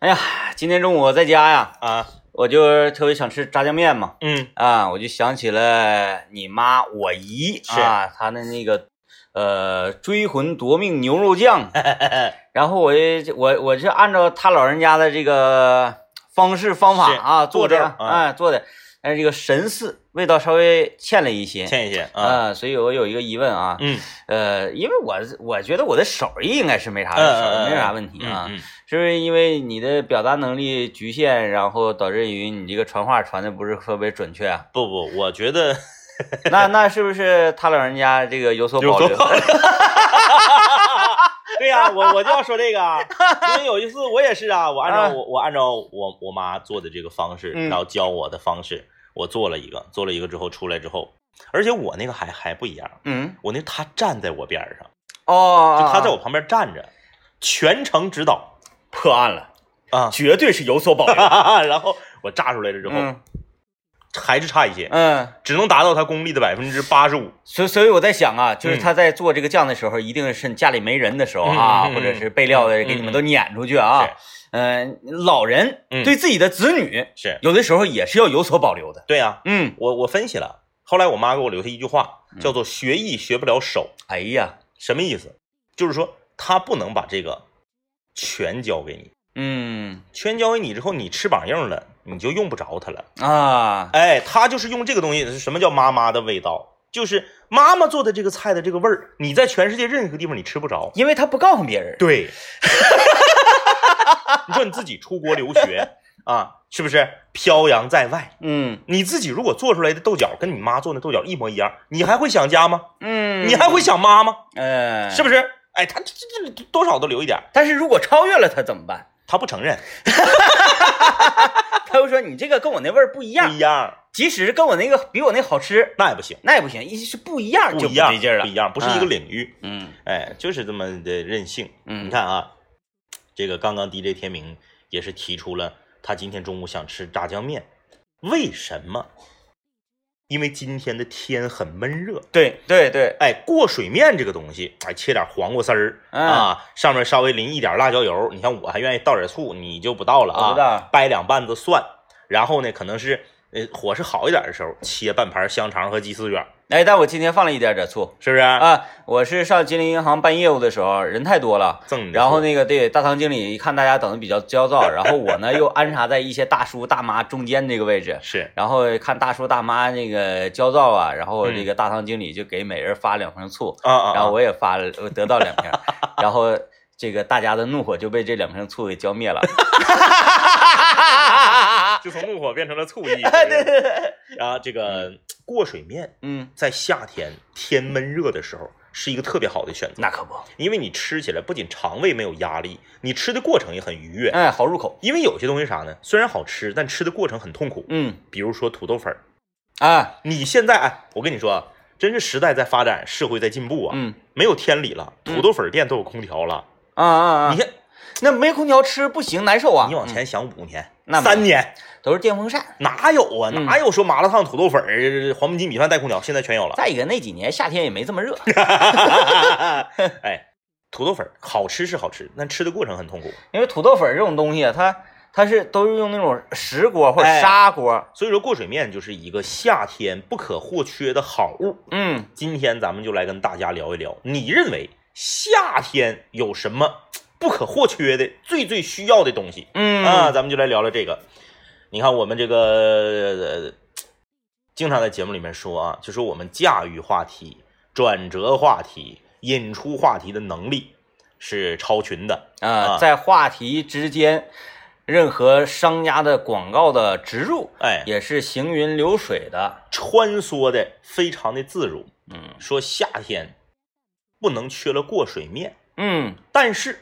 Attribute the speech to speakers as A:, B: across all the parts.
A: 哎呀，今天中午我在家呀，
B: 啊，
A: 我就特别想吃炸酱面嘛，
B: 嗯
A: 啊，我就想起了你妈我姨
B: 是
A: 啊，她的那个呃追魂夺命牛肉 酱，然后我就我我就按照她老人家的这个方式方法
B: 是
A: 啊做
B: 做
A: 的
B: 着
A: 啊
B: 啊
A: 做的，但是这个神似味道稍微欠了一些，
B: 欠一些啊，
A: 啊、所以我有一个疑问啊，
B: 嗯，
A: 呃，因为我我觉得我的手艺应该是没啥
B: 嗯
A: 手
B: 嗯嗯，
A: 没啥问题啊。
B: 嗯，嗯？
A: 是不是因为你的表达能力局限，然后导致于你这个传话传的不是特别准确啊
B: 不不，我 觉得
A: 那那是不是他老人家这个有所保
B: 有所
A: 留？
B: 对呀、我我就要说这个，啊，因为有一次我也是啊，我按
A: 啊
B: 照我我按照我我妈做的这个方式，
A: 嗯
B: 然后教我的方式，我做了一个，做了一个之后出来之后，而且我那个还还不一样，
A: 嗯，
B: 我那她站在我边儿上，
A: 哦，
B: 就她在
A: 啊
B: 我旁边站着，全程指导
A: 破案了，，
B: 啊
A: 绝对是有所保留。
B: 然后我炸出来了之后，
A: 啊嗯
B: 还是差一些，
A: 嗯，
B: 只能达到她功力的百分之八十五。
A: 所以所以我在想啊，就是
B: 嗯
A: 他在做这个酱的时候，一定是家里没人的时候啊，
B: 嗯嗯嗯
A: 或者是备料的
B: 嗯
A: 给你们
B: 嗯
A: 都撵出去啊。嗯、老人
B: 嗯
A: 对自己的子女，
B: 是，
A: 有的时候也是要有所保留的。
B: 对啊呀、
A: 嗯，
B: 我我分析了，后来我妈给我留下一句话，叫做“学艺学不了手”。
A: 哎呀，
B: 什么意思？就是说他不能把这个全交给你，
A: 嗯
B: 全交给你之后，你吃榜硬了，你就用不着它了。
A: 啊，
B: 哎，他就是用这个东西，什么叫妈妈的味道？就是妈妈做的这个菜的这个味儿，你在全世界任何地方你吃不着。
A: 因为他不告诉别人。
B: 对， 你说你自己出国留学啊，是不是漂洋在外？
A: 嗯
B: 你自己如果做出来的豆角跟你妈做的豆角一模一样，你还会想家吗？
A: 嗯，
B: 你还会想妈吗？
A: 呃，
B: 是
A: 不是？
B: 不是？哎，他这这这多少都留一点儿，
A: 但是如果超越了他怎么 办？
B: 他不承认。
A: 他又说你这个跟我那味儿不一
B: 不
A: 样，
B: 一样，
A: 即使是跟我那个比我那好吃，
B: 那也不行，
A: 那也不行，意思是不一样
B: 不
A: 就
B: 一样，
A: 对劲儿了
B: 不一。样，不是一个领域，
A: 嗯
B: 哎，就是这么的任性。
A: 嗯
B: 你看啊，这个刚刚 DJ 天明也是提出了，他今天中午想吃炸酱面，为什么？因为今天的天很闷热，
A: 对对对，
B: 哎，过水面这个东西，哎，切点黄瓜丝儿、
A: 嗯
B: 啊，上面稍微淋一点辣椒油。你看我还愿意倒点醋，你就不倒了
A: 我
B: 啊。
A: 不倒
B: 掰两瓣子蒜，然后呢，可能是呃伙食好一点的时候，切半盘香肠和鸡丝卷，
A: 哎，但我今天放了一点点醋
B: 是不是？
A: 啊，我是上吉林银行办业务的时候，人太多了。
B: 赠你的醋。
A: 然后那个对大堂经理一看大家等的比较焦躁，然后我呢又安插在一些大叔大妈中间这个位置，
B: 是
A: 然后看大叔大妈那个焦躁啊，然后
B: 嗯
A: 这个大堂经理就给每人发两瓶醋，
B: 啊啊，啊
A: 然后我也发了，我得到两瓶儿，然后这个大家的怒火就被这两瓶醋给浇灭了。
B: 就从怒火变成了醋意。
A: 对
B: 对。
A: 对对，
B: 然后这个过水面
A: 嗯，
B: 在夏天天闷热的时候是一个特别好的选择，
A: 那可不，
B: 因为你吃起来不仅肠胃没有压力，你吃的过程也很愉悦。
A: 哎，好入口，
B: 因为有些东西啥呢？虽然好吃，但吃的过程很痛苦。
A: 嗯
B: 比如说土豆粉儿，
A: 啊，
B: 你现在哎，我跟你说啊，真是时代在发展，社会在进步啊，
A: 嗯
B: 没有天理了，
A: 嗯
B: 土豆粉儿店都有空调了。
A: 啊啊啊
B: 你，看，
A: 那没空调吃不行，难受啊。
B: 你往
A: 嗯
B: 前想五年、
A: 那没
B: 三年，
A: 都是电风扇。
B: 哪有啊？
A: 嗯
B: 哪有说麻辣烫、土豆粉儿、黄焖鸡米饭带空调？现在全有了。
A: 再一个那几年夏天也没这么热，
B: 哎，土豆粉儿好吃是好吃，但吃的过程很痛苦。
A: 因为土豆粉儿这种东西啊，它它是都是用那种石锅或者
B: 哎
A: 砂锅，
B: 所以说过水面就是一个夏天不可或缺的好物。
A: 嗯
B: 今天咱们就来跟大家聊一聊，你认为夏天有什么不可或缺的、最最需要的东西
A: 嗯
B: 啊？咱们就来聊聊这个。你看我们这个、呃、经常在节目里面说啊，就说我们驾驭话题、转折话题、引出话题的能力是超群的。
A: 啊，
B: 啊
A: 在话题之间，任何商家的广告的植入
B: 哎，
A: 也是行云流水的。
B: 穿梭的非常的自如。
A: 嗯
B: 说夏天不能缺了过水面，
A: 嗯，
B: 但是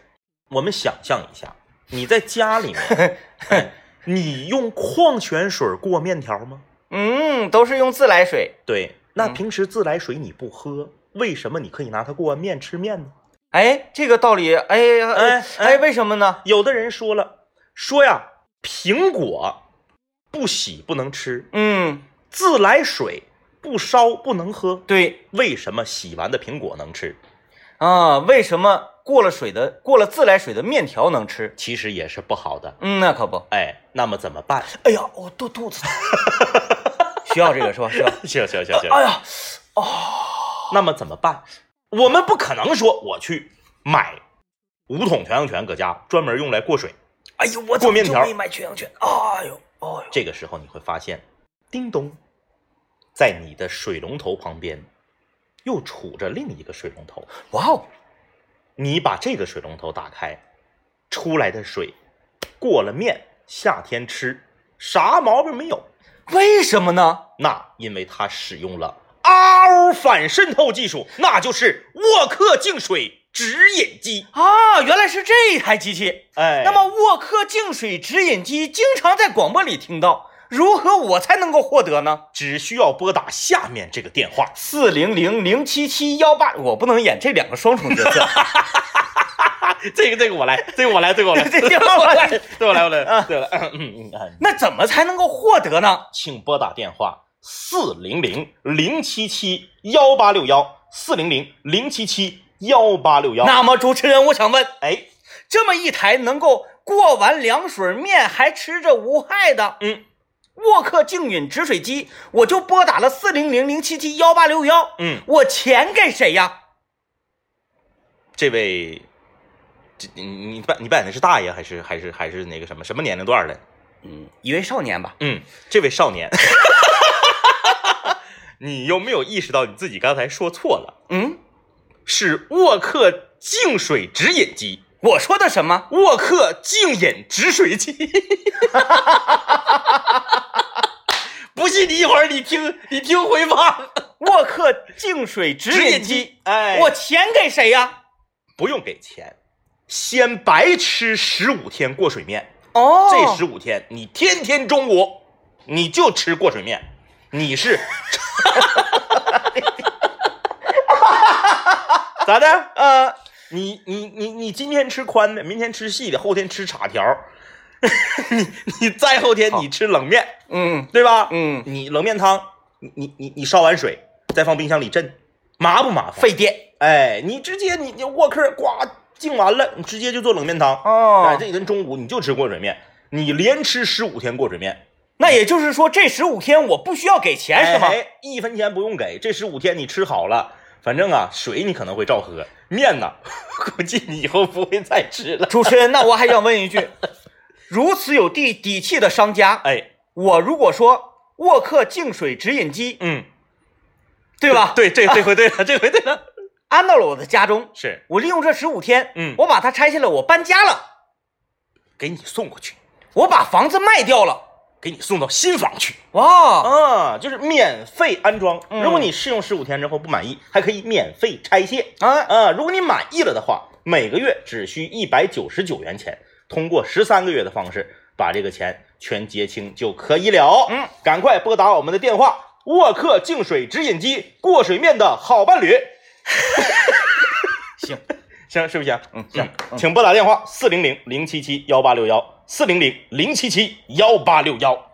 B: 我们想象一下，你在家里 面，哎你用矿泉水过面条吗？
A: 嗯，都是用自来水。
B: 对，那
A: 嗯
B: 平时自来水你不喝，为什么你可以拿它过碗面吃面呢？
A: 哎，这个道理，哎呀
B: 哎
A: 哎，为什么呢？
B: 有的人说了，说呀，苹果不洗不能吃，
A: 嗯，
B: 自来水不烧不能喝，
A: 对
B: 为什么洗完的苹果能吃？
A: 啊，为什么过了水的过了自来水的面条能吃。
B: 其实也是不好的。
A: 嗯，那可不。
B: 哎，那么怎么 办？
A: 哎呀，我肚肚子疼， 需要这个是吧？需要。
B: 行行行行，
A: 哎呀，
B: 那么怎么办？我们不可能说我去买五桶全羊泉搁家专门用来过水。
A: 哎呦，我怎
B: 过
A: 么
B: 面
A: 就
B: 条
A: 没买全羊泉？哎呦，哎呦，
B: 这个时候你会发现，叮咚，在你的水龙头旁边又杵着另一个水龙头。
A: 哇哦，
B: 你把这个水龙头打开，出来的水过了面，夏天吃啥毛病没有？
A: 为什么呢？
B: 那因为它使用了 RO 反渗透技术，那就是沃克净水直饮机。
A: 啊，原来是这台机器。
B: 哎，
A: 那么沃克净水直饮机经常在广播里听到，如何我才能够获得呢？
B: 只需要拨打下面这个电话。
A: 四零零零七七幺八，我不能演这两个双重角 色，
B: 这个，这个我来，这个我来，这个我来，
A: 这 电话我来啊
B: 对我来，我来，对我来。嗯嗯嗯，
A: 那怎么才能够获得呢？
B: 请拨打电话四零零零七七幺八六幺四零零零七七幺八六幺。
A: 那么主持人，我想问，
B: 哎，
A: 这么一台能够过完凉水面还吃着无害的，
B: 嗯，
A: 沃克净饮直水机，我就拨打了四零零零七七幺八六幺，
B: 嗯，
A: 我钱给谁呀？
B: 这位，这你你扮你扮演的是大爷还是还是还是那个什么什么年龄段的？
A: 嗯，一位少年吧。
B: 嗯，这位少年， 你有没有意识到你自己刚才说错了？
A: 嗯，
B: 是沃克净水直饮机，
A: 我说的什么？
B: 沃克净饮直水机。 不信你一会儿你听你听回放，
A: 沃克净水直饮机，，
B: 哎，
A: 我钱给谁呀？
B: 不用给钱，先白吃十五天过水面。
A: 哦，
B: 这十五天，你天天中午你就吃过水面，你是 咋的？
A: 呃，
B: 你你你你今天吃宽的，明天吃细的，后天吃叉条， 你你再后天你吃冷面，
A: 嗯
B: 对吧？
A: 嗯，
B: 你冷面汤，你你你你烧完水，再放冰箱里镇，麻不麻烦？
A: 费电
B: 哎，你直接你你沃克呱净完了，你直接就做冷面汤。哎，
A: 哦
B: 这。一顿中午你就吃过水面，你连吃十五天过水面，
A: 那也就是说，这十五天我不需要给钱是吗？
B: 嗯哎，一分钱不用给，这十五天你吃好了，反正啊，水你可能会照喝，面呢， 估计你以后不会再吃了。
A: 主持人，那我还想问一 句，如此有地底气的商家，
B: 哎，
A: 我如果说沃克净水直饮机，
B: 嗯，
A: 对吧？
B: 对，这这回对了，这回对了，
A: 安到了我的家中，
B: 是
A: 我利用这十五天，
B: 嗯
A: 我把它拆下来，我搬家了，
B: 给你送过去，
A: 我把房子卖掉了，
B: 给你送到新房去
A: 哇，
B: 啊，就是免费安装。
A: 嗯
B: 如果你试用十五天之后不满意，还可以免费拆卸。
A: 啊，
B: 啊，如果你满意了的话，每个月只需一百九十九元钱，通过十三个月的方式把这个钱全结清就可以了。
A: 嗯，
B: 赶快拨打我们的电话，沃克净水直饮机过水面的好伴侣。
A: 行，
B: 行，是不是行？
A: 嗯
B: 行
A: 行，嗯
B: 请拨打电话四零零零七七幺八六幺四零零零七七幺八六幺。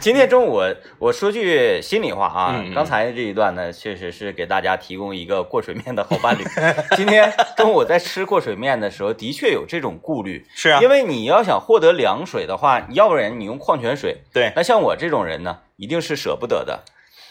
A: 今天中午我我说句心里话啊，
B: 嗯嗯
A: 刚才这一段呢，确实是给大家提供一个过水面的好伴 侣。今天中午我在吃过水面的时候，的确有这种顾虑，
B: 是啊
A: 因，为你要想获得凉水的话，要不然你用矿泉水，
B: 对，
A: 那像我这种人呢，一定是舍不得的，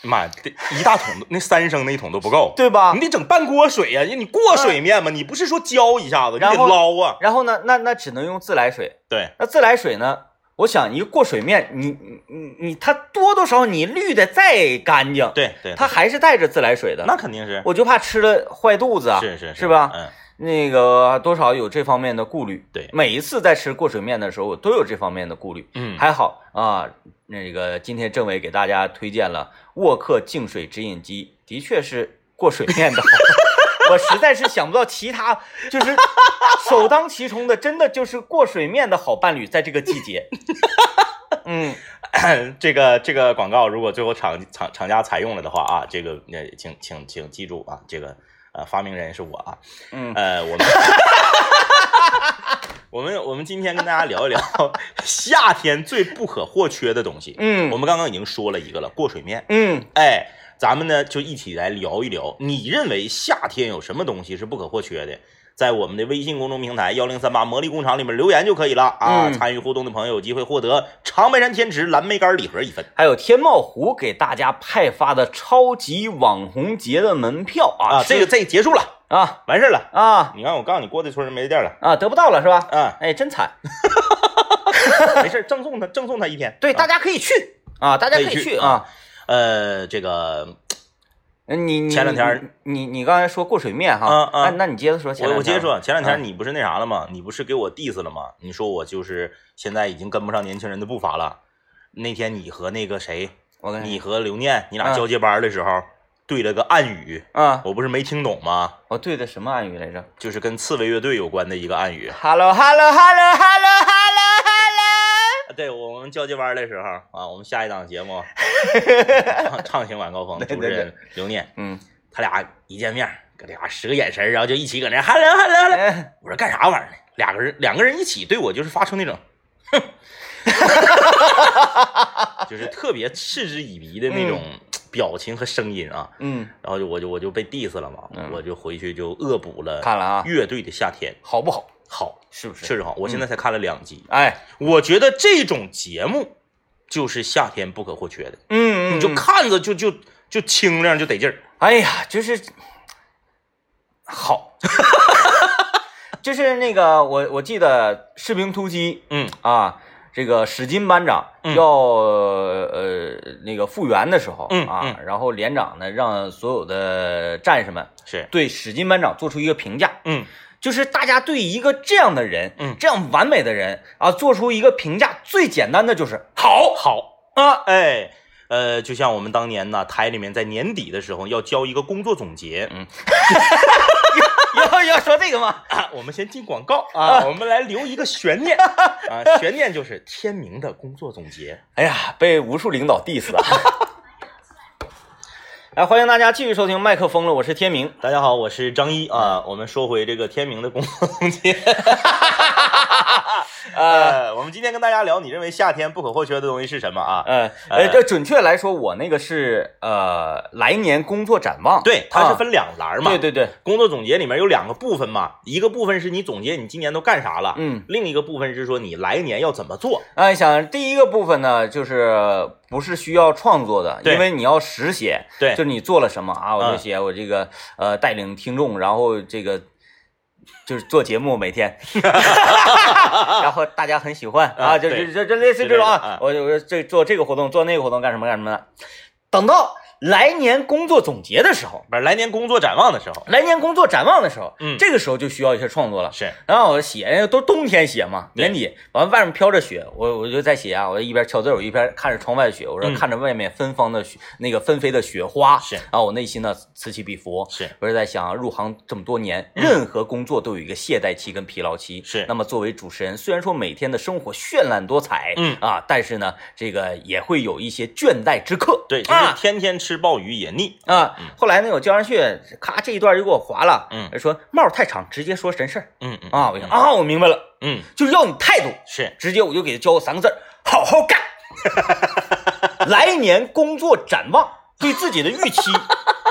B: 妈，这一大桶都那三升那一桶都不够。
A: 对吧
B: 你？得整半锅水呀、你过水面嘛，你不是说浇一下子，你
A: 嗯然
B: 得
A: 后
B: 捞啊。
A: 然后呢，那那只能用自来水。
B: 对，
A: 那自来水呢？我想一个过水面，你你你你，它多多少少你滤的再干净，
B: 对对，
A: 它还是带着自来水的。
B: 那肯定是，
A: 我就怕吃了坏肚子啊，
B: 是是
A: 是吧？
B: 嗯，
A: 那个多少有这方面的顾虑。
B: 对
A: 每一次在吃过水面的时候，我都有这方面的顾虑。
B: 嗯
A: 还好啊，那个今天政委给大家推荐了沃克净水直饮机，的确是过水面的好。 我实在是想不到其他，就是首当其冲的，真的就是过水面的好伴侣，在这个季节。 嗯，
B: 这个这个广告，如果最后厂厂厂家采用了的话啊，这个呃，请请请记住啊，这个呃，发明人是我啊，
A: 嗯
B: 呃，我们 我们我们今天跟大家聊 一聊夏天最不可或缺的东西。
A: 嗯
B: 我们刚刚已经说了一个了，过水面。
A: 嗯，
B: 哎，咱们呢就一起来聊一聊，你认为夏天有什么东西是不可或缺的？在我们的微信公众平台幺零三八魔力工厂里面留言就可以了啊！
A: 嗯
B: 参与互动的朋友有机会获得长白山天池蓝莓干礼盒一份。
A: 还有天茂湖给大家派发的超级网红节的门票啊，
B: 啊，这个
A: 是
B: 这个结束了，
A: 啊
B: 完事儿了。
A: 啊
B: 你看，我告诉你，郭家村没地儿了。
A: 啊得不到了是吧？
B: 嗯，
A: 哎，真惨。
B: 没事儿，赠送他，赠送他一天。
A: 对，
B: 啊
A: 大家可以去啊，大家可
B: 可
A: 以
B: 以去
A: 去啊。嗯
B: 呃，这个
A: 你你
B: 前两天
A: 你你你刚才说过水面哈，
B: 嗯嗯
A: 哎那你接着说前
B: 我
A: 两天。
B: 我接着说，前
A: 嗯
B: 两天你不是那啥了吗？你不是给我 diss 了吗？你说我就是现在已经跟不上年轻人的步伐了。那天你和那个谁，
A: 我跟
B: 你和刘念，你俩
A: 嗯
B: 交接班的时候对了个暗语，
A: 啊，
B: 我不是没听懂吗？
A: 我对的什么暗语来着
B: 就是跟刺猬乐队有关的一个暗语。
A: ？Hello Hello Hello Hello Hello Hello。
B: 对，我们交接班的时候啊，我们下一档节 目唱唱行晚高峰，
A: 对
B: 主
A: 对
B: 持
A: 对
B: 人刘念，
A: 嗯，
B: 他俩一见面，搁这嘎使个眼神儿，然后就一起搁那 hello hello hello，
A: 哎
B: 我说干啥玩意儿呢？俩个人两个人一起对我就是发出那种，就是特别嗤之以鼻的那种表情和声音啊。
A: 嗯，
B: 然后就我就我就被 diss 了嘛，
A: 嗯
B: 我就回去就恶补了
A: 看了啊，
B: 乐队的夏天，
A: 好不好？
B: 好，
A: 是不是？嗯
B: 确实好。我现在才看了两集，
A: 哎，
B: 我觉得这种节目就是夏天不可或缺的，
A: 嗯，嗯
B: 你就
A: 嗯
B: 看着就就就清亮就得劲儿。
A: 哎呀，就是好， 就是那个我我记得《士兵突击
B: 嗯》
A: 啊，这个史金班长
B: 嗯
A: 要、呃那个复员的时候
B: 嗯
A: 啊，
B: 嗯
A: 然后连长呢让所有的战士们
B: 是，
A: 对史金班长做出一个评价，
B: 嗯
A: 就是大家对一个这样的人，
B: 嗯
A: 这样完美的人啊，做出一个评价，最简单的就是 好
B: 好。
A: 啊，
B: 哎，呃，就像我们当年呢，台里面在年底的时候要交一个工作总结，嗯、
A: 要要说这个吗？
B: 啊我们先进广告啊，我们来留一个 悬念啊，悬念就是天明的工作总结。
A: 哎呀，被无数领导 diss 了。 来，欢迎大家继续收听麦克风了，我是天明。
B: 大家好，我是张一啊，我们说回这个天明的工作 总结。呃，我们今天跟大家聊，你认为夏天不可或缺的东西是什么啊？
A: 呃，呃，这准确来说，我那个是呃，来年工作展望。
B: 对，它是
A: 啊
B: 分两栏嘛。
A: 对对对，
B: 工作总结里面有两个部分嘛，一个部分是你总结你今年都干啥了，
A: 嗯，
B: 另一个部分是说你来年要怎么做。
A: 哎，想第一个部分呢，就是不是需要创作的，
B: 对
A: 因为你要实写，
B: 对
A: 就是你做了什么啊，我就
B: 嗯
A: 写我这个呃带领听众，然后这个就是做节目每 天，然后大家很喜欢啊，
B: 啊
A: 就
B: 对
A: 这这这类似这种啊，
B: 之嗯
A: 我我这做这个活动做那个活动干什么干什么的，等到来年工作总结的时候，
B: 不是来年工作展望的时候，
A: 来年工作展望的时候，
B: 嗯
A: 这个时候就需要一些创作了，
B: 是
A: 然后我写，哎都冬天写嘛，
B: 对
A: 年底完外面飘着雪，我我就在写啊，我一边敲字儿，我一边看着窗外的雪，我说
B: 嗯
A: 看着外面芬芳的雪，那个纷飞的雪花，
B: 是
A: 然后我内心呢此起彼伏，
B: 是嗯
A: 我是在想，入行这么多年，任何工作都有一个懈怠期跟疲劳期，
B: 是
A: 那么作为主持人，虽然说每天的生活绚烂多彩，
B: 嗯
A: 啊，但是呢，这个也会有一些倦怠之刻，
B: 对，就是
A: 啊。
B: 天天吃鲍鱼也腻。
A: 啊，后来呢，我交上去，咔，这一段就给我划了。
B: 嗯
A: 说帽儿太长，直接说神事儿
B: 嗯嗯
A: 啊。我就啊，我明白了，
B: 嗯，
A: 就是要你态度，
B: 是
A: 直接我就给他教三个字儿：好好干。 来年工作展望，对自己的预期，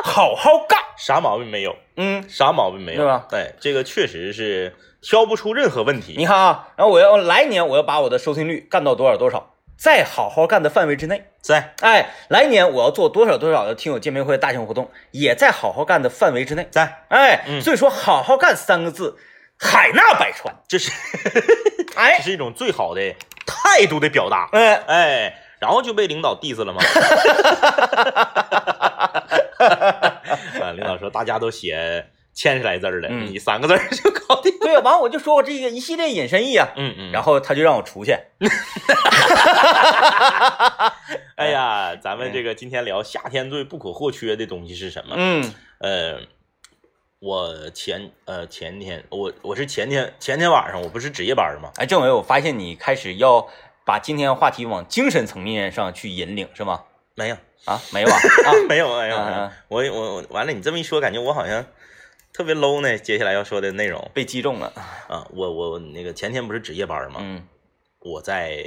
A: 好好干。
B: 啥毛病没有，
A: 嗯，
B: 啥毛病没有，
A: 对吧
B: 对，这个确实是挑不出任何问题。
A: 你看啊，然后我要来年我要把我的收听率干到多少多少，在好好干的范围之内。
B: 在
A: 哎，来年我要做多少多少的听友见面会大型活动，也在好好干的范围之内。
B: 在，
A: 哎，
B: 嗯
A: 所以说“好好干”三个字，海纳百川。
B: 这 是这
A: 哎，
B: 是一种最好的态度的表达。
A: 哎，
B: 哎，然后就被领导 diss 了吗？啊，领导说大家都写千十来字儿的，
A: 嗯
B: 你三个字儿就搞定。
A: 对，啊完我就说我这个一系列引申义啊，
B: 嗯嗯，
A: 然后他就让我出去。
B: 哎呀，咱们这个今天聊夏天最不可或缺的东西是什么？
A: 嗯
B: 呃，我前呃前天我我是前天前天晚上我不是值夜班吗？
A: 哎，政委，我发现你开始要把今天话题往精神层面上去引领，是吗？
B: 没有，
A: 啊，没有啊，啊，
B: 没有，没有，
A: 啊
B: 没有
A: 啊
B: 我我我完了，你这么一说，感觉我好像特别 low 呢。接下来要说的内容
A: 被击中了。
B: 啊，我我那个前天不是值夜班吗？
A: 嗯
B: 我在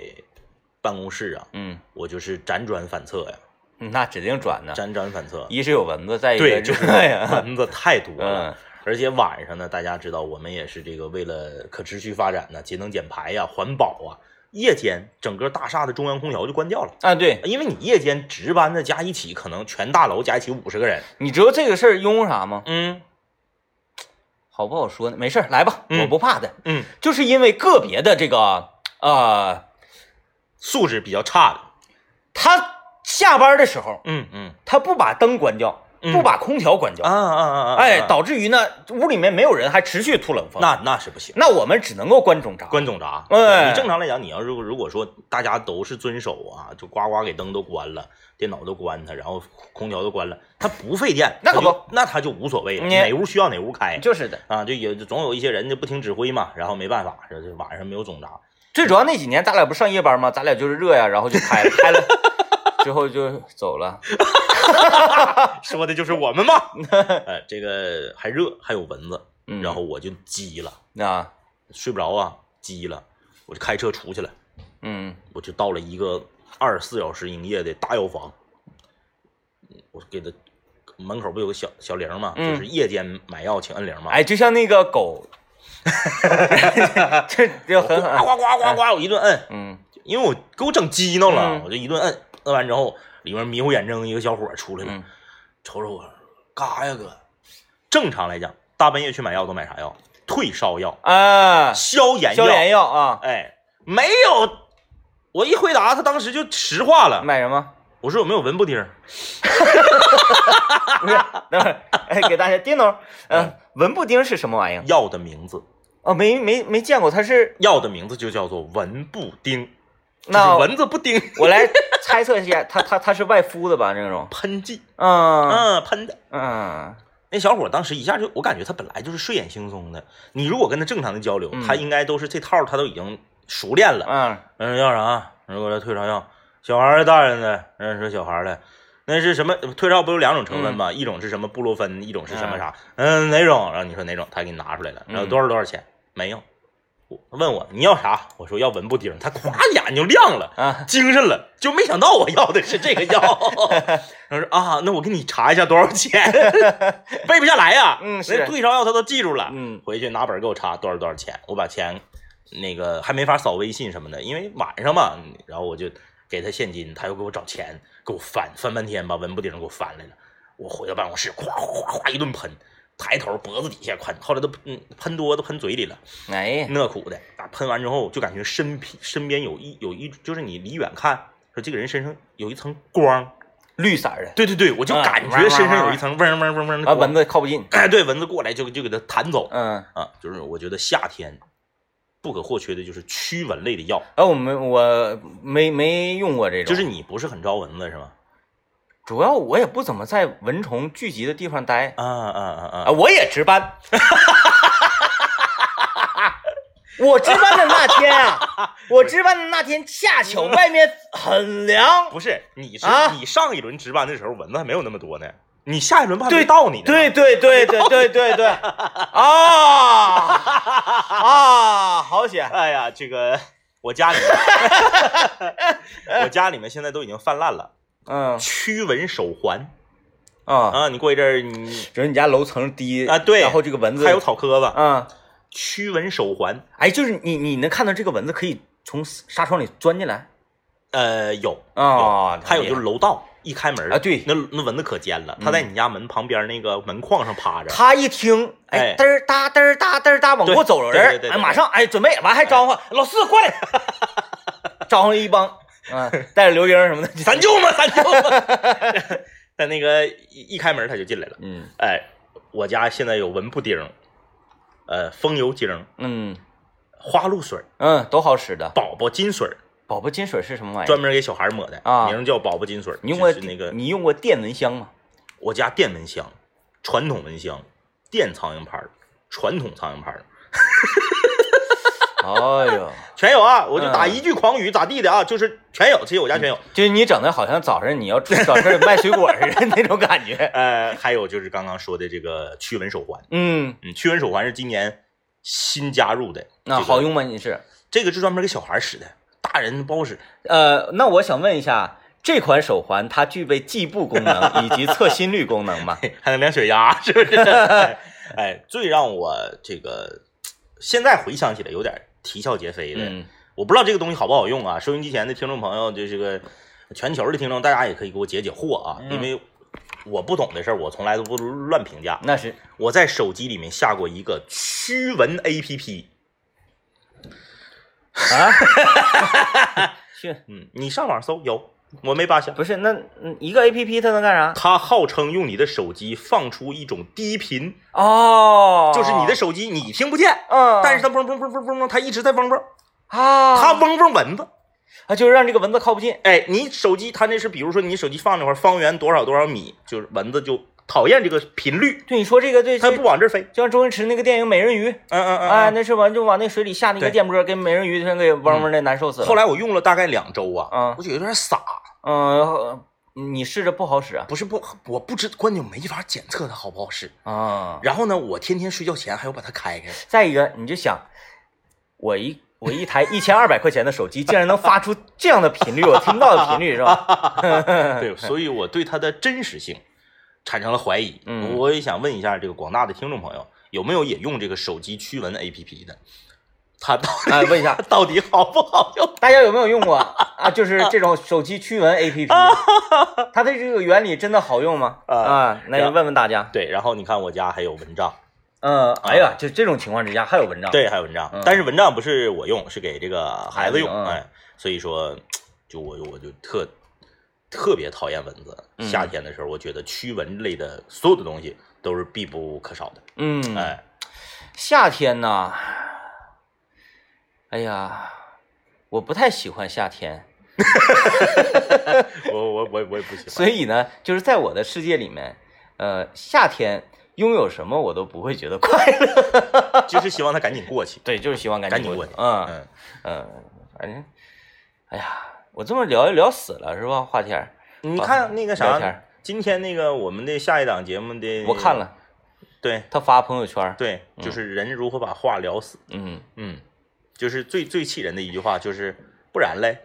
B: 办公室啊，
A: 嗯
B: 我就是辗转反侧呀、
A: 那指定转呢。
B: 辗转反侧。
A: 啊一是有蚊子，再一
B: 对，
A: 个
B: 就 是
A: 哎呀，
B: 蚊子太多
A: 嗯
B: 了。而且晚上呢，大家知道，我们也是这个为了可持续发展呢、节能减排呀、环保啊，夜间整个大厦的中央空调就关掉了，
A: 啊，对
B: 因为你夜间值班的加一起，可能全大楼加一起五十个人。
A: 你知道这个事儿因为啥吗？
B: 嗯
A: 好不好说呢？没事儿，来吧，
B: 嗯
A: 我不怕的，
B: 嗯，
A: 就是因为个别的这个呃，
B: 素质比较差的。
A: 他下班的时候
B: 嗯嗯
A: 他不把灯关掉，
B: 嗯
A: 不把空调关掉，
B: 啊啊啊啊！
A: 哎，
B: 啊
A: 导致于呢屋里面没有人，还持续吐冷风。
B: 那那是不行。
A: 那我们只能够关总闸，
B: 关总闸，
A: 哎
B: 你正常来讲，你要如果如果说大家都是遵守啊，就呱呱给灯都关了，电脑都关它，然后空调都关了，它不费电，
A: 那可
B: 它就
A: 不，
B: 那它就无所谓了，
A: 你
B: 哪屋需要哪屋开
A: 就是的。
B: 啊，就有总有一些人就不听指挥嘛，然后没办法，这这晚上没有总闸，
A: 最主要那几年咱俩不上夜班吗？咱俩就是热呀，然后就开了，开了之后就走了。
B: 说的就是我们 嘛，呃，这个还热，还有蚊子，
A: 嗯，
B: 然后我就急了，
A: 那
B: 睡不着啊，急了，我就开车出去了，
A: 嗯
B: 我就到了一个二十四小时营业的大药房，我给他门口不有个小小铃儿吗？
A: 嗯
B: 就是夜间买药请摁铃嘛。
A: 哎，就像那个狗， 这就
B: 我 呱
A: 很很
B: 呱呱呱呱，我一顿摁，
A: 嗯
B: 因为我给我整激怒了，
A: 嗯
B: 我就一顿摁，摁完之后里面迷糊眼睁一个小伙儿出来了，
A: 嗯，
B: 瞅瞅我，干啥呀哥？正常来讲，大半夜去买药都买啥药？退烧药、
A: 啊，
B: 消炎药，
A: 消炎药啊，
B: 哎，没有。我一回答，他当时就石化了。
A: 买什么？
B: 我说有没有文布丁儿？
A: 不是，等会儿 哎，给大家叮咚，嗯
B: 嗯，
A: 文布丁是什么玩意儿？
B: 药的名字，
A: 哦，没没没见过，它是
B: 药的名字就叫做蚊不叮，
A: 那
B: 就是蚊子不叮
A: 我来猜测一下，它它它是外敷的吧？这种，
B: 喷剂，
A: 嗯
B: 嗯，喷的。
A: 嗯
B: 那小伙当时一下就，我感觉他本来就是睡眼惺忪的。你如果跟他正常的交流，
A: 嗯
B: 他应该都是这套，他都已经熟练了。
A: 嗯，
B: 嗯，要啥？如果来退烧药，小孩儿的、大人的，嗯，说小孩儿的，那是什么？退烧不有两种成分吗？
A: 嗯
B: 一种是什么布洛芬，一种是什么啥？嗯，哪种？然后你说哪种，他给你拿出来了，然后
A: 嗯
B: 多少多少钱？没有。我问我你要啥？我说要文布丁，他咵眼就亮了。
A: 啊，
B: 精神了，就没想到我要的是这个 药。他说啊，那我给你查一下多少 钱，背不下来呀、
A: 嗯是
B: 那退烧药他都记住了。
A: 嗯
B: 回去拿本儿给我查多少多少钱，我把钱那个还没法扫微信什么的，因为晚上嘛，然后我就给他现金，他又给我找钱，给我翻翻半天，把文不丁给我翻来了。我回到办公室，哗哗哗一顿喷，抬头脖子底下喷，后来都嗯喷多都喷嘴里了。
A: 哎呀，
B: 那苦的，啊，喷完之后就感觉身皮身边有一有一，就是你离远看，说这个人身上有一层光。
A: 绿色儿的，
B: 对对对，我就
A: 啊
B: 感
A: 嗡
B: 觉
A: 嗡
B: 身上
A: 嗡
B: 有一层嗡嗡嗡嗡的
A: 啊，
B: 光。
A: 蚊子靠不近，
B: 哎，对，蚊子过来就就给它弹走
A: 嗯，
B: 啊。就是我觉得夏天不可或缺的就是驱蚊类的药，
A: 哎，我们我没没用过这种，
B: 就是你不是很招蚊子是吗？
A: 主要我也不怎么在蚊虫聚集的地方待
B: 啊啊啊
A: 啊，
B: 啊！
A: 我也值班。 我值班的那天啊，我值班的那天恰
B: 嗯
A: 巧外面很凉，
B: 不是，你是
A: 啊
B: 你上一轮值班的时候蚊子还没有那么多呢，你下一轮不还没
A: 对
B: 到你呢？
A: 对对对对对对对，啊 啊，好险！
B: 哎呀，这个我家里， 我家里面现在都已经泛滥了。
A: 嗯
B: 驱蚊手环
A: 啊，
B: 啊，你过一阵儿你
A: 就是你家楼层低
B: 啊对
A: 然后这个蚊子
B: 还有草疴子，
A: 嗯，
B: 驱蚊手环，
A: 哎，就是你你能看到这个蚊子可以从纱窗里钻进来
B: 呃，有，
A: 啊
B: 还有就是楼道一开门
A: 啊对嗯
B: 那那蚊子可尖了，它在你家门旁边那个门框上趴着，
A: 他一听，
B: 哎
A: 哎，嘚儿哒嘚儿哒嘚儿哒，往
B: 对
A: 过走了
B: 对对对
A: 人
B: 对，对
A: 哎，马上哎准备完还招呼老四过 来，招呼了一帮，嗯，带着刘英什么的，
B: 咱舅嘛，咱舅嘛， 但那个一一开门它就进来了，
A: 嗯
B: 哎，我家现在有蚊不叮，呃，风油精、
A: 嗯
B: 花露水、
A: 嗯，都好使的。
B: 宝宝金水，
A: 宝宝金水是什么玩意
B: 专
A: 儿？
B: 门给小孩抹的
A: 哎啊
B: 名叫宝宝金水，
A: 你用过
B: 就是那个
A: 你用过电蚊香 吗？
B: 我家电蚊香，传统蚊香，电苍蝇拍儿，传统苍蝇拍儿
A: 哎呦，
B: 全有啊！我就打
A: 嗯
B: 一句狂语咋地的啊，就是全有，其实我家全有。
A: 就是你整的好像早上你要出早市卖水果似的那种感 觉。
B: 呃，还有就是刚刚说的这个驱蚊手环，
A: 嗯，
B: 嗯，驱蚊手环是今年新加入的，
A: 那
B: 这个
A: 好，用吗？你是？
B: 这个是专门给小孩使的，大人不好使。
A: 呃，那我想问一下，这款手环它具备计步功 能以及测心率功能嘛？
B: 还能量血压，是不 是？哎，哎最让我这个现在回想起来有点啼笑皆非的，
A: 嗯，
B: 我不知道这个东西好不好用啊。收音机前的听众朋友，就这个全球的听众，大家也可以给我解解惑啊，
A: 嗯
B: 因为我不懂的事儿，我从来都不乱评价。
A: 那是
B: 我在手机里面下过一个驱蚊 A P P，
A: 啊， 是
B: 嗯，你上网搜有，我没扒瞎。
A: 啊不是？那嗯一个 A P P 它能干啥？
B: 它号称用你的手机放出一种低频，
A: 哦，
B: 就是你的，手机你听不见，
A: 嗯，
B: 但是它嗡嗡嗡嗡嗡嗡，它一直在嗡嗡，
A: 啊，
B: 它嗡嗡蚊子。
A: 它啊就是让这个蚊子靠不近，
B: 哎，你手机它那是，比如说你手机放那块儿方圆多少多少米，就是蚊子就讨厌这个频率，
A: 对，你说这个对，
B: 它
A: 这
B: 不往这儿飞。
A: 就像周星驰那个电影《美人鱼》，
B: 嗯嗯嗯。
A: 哎，
B: 嗯
A: 那是完就往那水里下那个
B: 对嗯
A: 电波，给美人鱼全给嗡嗡的难受死了。
B: 后来我用了大概两周啊，
A: 嗯
B: 我就有点傻，
A: 嗯，你试着不好使啊？
B: 不是不，我不知关键我没法检测它好不好使。
A: 啊，
B: 然后呢，我天天睡觉前还要把它开 开，
A: 再一个，你就想，我一我一台一千二百块钱的手机，竟然能发出这样的频率，我听不到的频率是 吧？
B: 对，所以我对它的真实性产生了怀疑。
A: 嗯
B: 我也想问一下这个广大的听众朋友，有没有也用这个手机驱蚊 APP 的？ 它到底、，
A: 哎，问一下
B: 到底好不好用？
A: 大家有没有用 过啊？就是这种手机驱蚊 APP，它 的这个原理真的好用吗？
B: 啊
A: 啊，那就问问大家。
B: 对，然后你看我家还有蚊帐，
A: 嗯，哎呀，就这种情况之下还有蚊帐。，
B: 对，还有蚊帐，
A: 嗯
B: 但是蚊帐不是我用，是给这个孩子用，
A: 孩子用嗯
B: 哎，所以说，就我我就特特别讨厌蚊子。
A: 嗯
B: 夏天的时候，我觉得驱蚊类的所有的东西都是必不可少的，
A: 嗯，
B: 哎，
A: 夏天呐，哎呀，我不太喜欢夏天，
B: 我我我我也不喜欢。
A: 所以呢，就是在我的世界里面，呃，夏天拥有什么我都不会觉得快乐。。
B: 就是希望它赶紧过去
A: 对，就是希望赶
B: 赶
A: 紧
B: 紧
A: 过去
B: 过去。
A: 嗯
B: 嗯，
A: 嗯，反正，哎呀，我这么聊一聊死了是吧？话天儿，
B: 你看那个
A: 聊天
B: 啥
A: 儿，
B: 今天那个我们的下一档节目的，
A: 我看，了，嗯
B: 对
A: 他发朋友圈儿，
B: 对，就是人如何把话聊死。
A: 嗯，
B: 嗯，就是最最气人的一句话就是，不然嘞。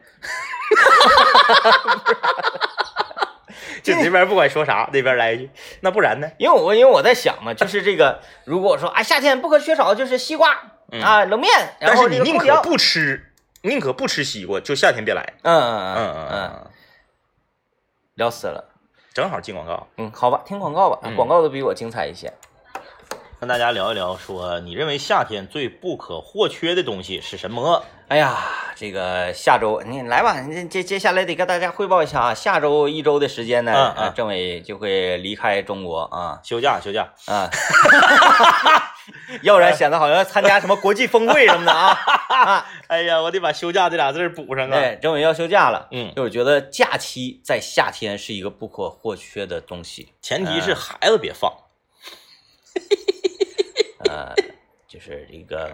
B: 就你这边不管说啥，那边来一句，那不然呢？
A: 因为我因为我在想嘛，就是这个，如果我说啊，夏天不可缺少就是西瓜、
B: 嗯
A: 啊，冷面，然
B: 但
A: 后
B: 是
A: 这
B: 你
A: 个
B: 宁
A: 空调
B: 可，不吃，宁可不吃西瓜，就夏天别来。
A: 嗯嗯
B: 嗯
A: 嗯
B: 嗯
A: 嗯，
B: 嗯，
A: 聊死了。
B: 正好进广告，
A: 嗯，好吧，听广告吧，
B: 嗯
A: 广告都比我精彩一些。
B: 跟大家聊一聊说，你认为夏天最不可或缺的东西是什么？
A: 哎呀，这个下周你来吧，你接接下来得跟大家汇报一下啊，下周一周的时间呢，
B: 嗯嗯
A: 呃政委就会离开中国啊
B: 休假，休假。
A: 啊，要不然显得好像参加什么国际峰会什么的啊。啊
B: 哎呀，我得把休假这俩字儿补上啊。
A: 对，哎政委要休假了，
B: 嗯
A: 就是觉得假期在夏天是一个不可或缺的东西，
B: 前提是孩子别放。
A: 呃，就是这个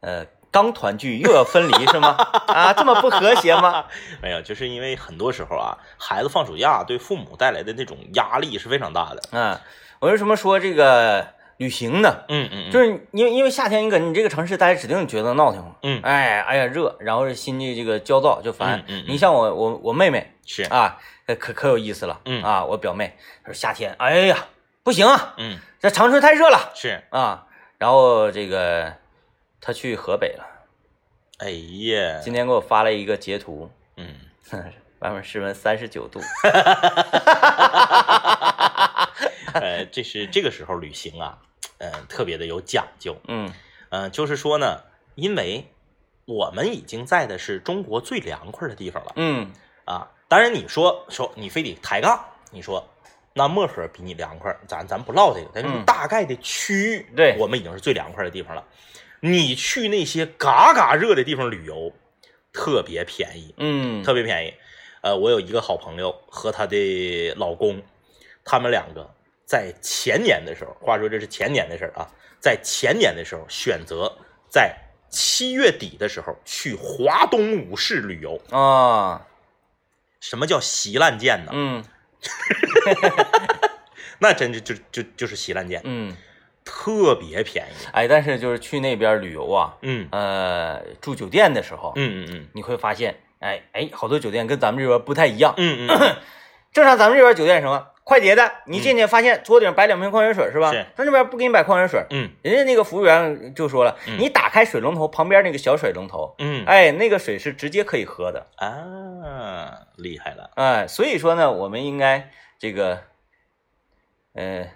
A: 呃刚团聚又要分离 是吗？啊，这么不和谐吗？
B: 没有，就是因为很多时候啊，孩子放暑假对父母带来的那种压力是非常大的。
A: 啊，我为什么说这个旅行呢？
B: 嗯嗯
A: 就
B: 就是
A: 因为因为夏天你搁你这个城市待着，指定觉得闹腾嘛。
B: 嗯
A: 哎哎呀热，然后是心里这个焦躁就烦。
B: 嗯嗯嗯
A: 你像我我我妹妹
B: 是
A: 啊，呃可可有意思了。
B: 嗯
A: 啊，我表妹她说夏天，哎呀不行啊，
B: 嗯
A: 这长春太热了
B: 是，
A: 啊。然后这个她去河北了，
B: 哎呀，
A: 今天给我发了一个截图，
B: 嗯，
A: 外面室温三十九度。
B: 呃，这是这个时候旅行啊，嗯、特别的有讲究。
A: 嗯
B: 嗯、就是说呢，因为我们已经在的是中国最凉快的地方了
A: 嗯
B: 啊。当然，你说说你非得抬杠，你说。那漠河比你凉快，咱咱不唠这个，但是
A: 嗯
B: 大概的区域，
A: 对
B: 我们已经是最凉快的地方了。你去那些嘎嘎热的地方旅游，特别便宜，
A: 嗯，
B: 特别便宜。呃，我有一个好朋友和她的老公，他们两个在前年的时候，话说这是前年的事儿啊，在前年的时候选择在七月底的时候去华东五市旅游。
A: 啊
B: 什么叫稀烂贱呢？
A: 嗯
B: 那真就就就就是稀烂贱，
A: 嗯，
B: 特别便宜。
A: 哎，但是就是去那边旅游啊，
B: 嗯
A: 呃，住酒店的时候，
B: 嗯嗯嗯，
A: 你会发现，哎哎，好多酒店跟咱们这边不太一样。
B: 嗯嗯，
A: 正常咱们这边酒店是什么快捷的，你进去发现桌顶摆两瓶矿泉水是吧？
B: 是
A: 他那边不给你摆矿泉水，
B: 嗯
A: 人家那个服务员就说了，
B: 嗯
A: 你打开水龙头旁边那个小水龙头，
B: 嗯
A: 哎，那个水是直接可以喝的。
B: 啊，厉害了，
A: 哎，所以说呢，我们应该这个，呃，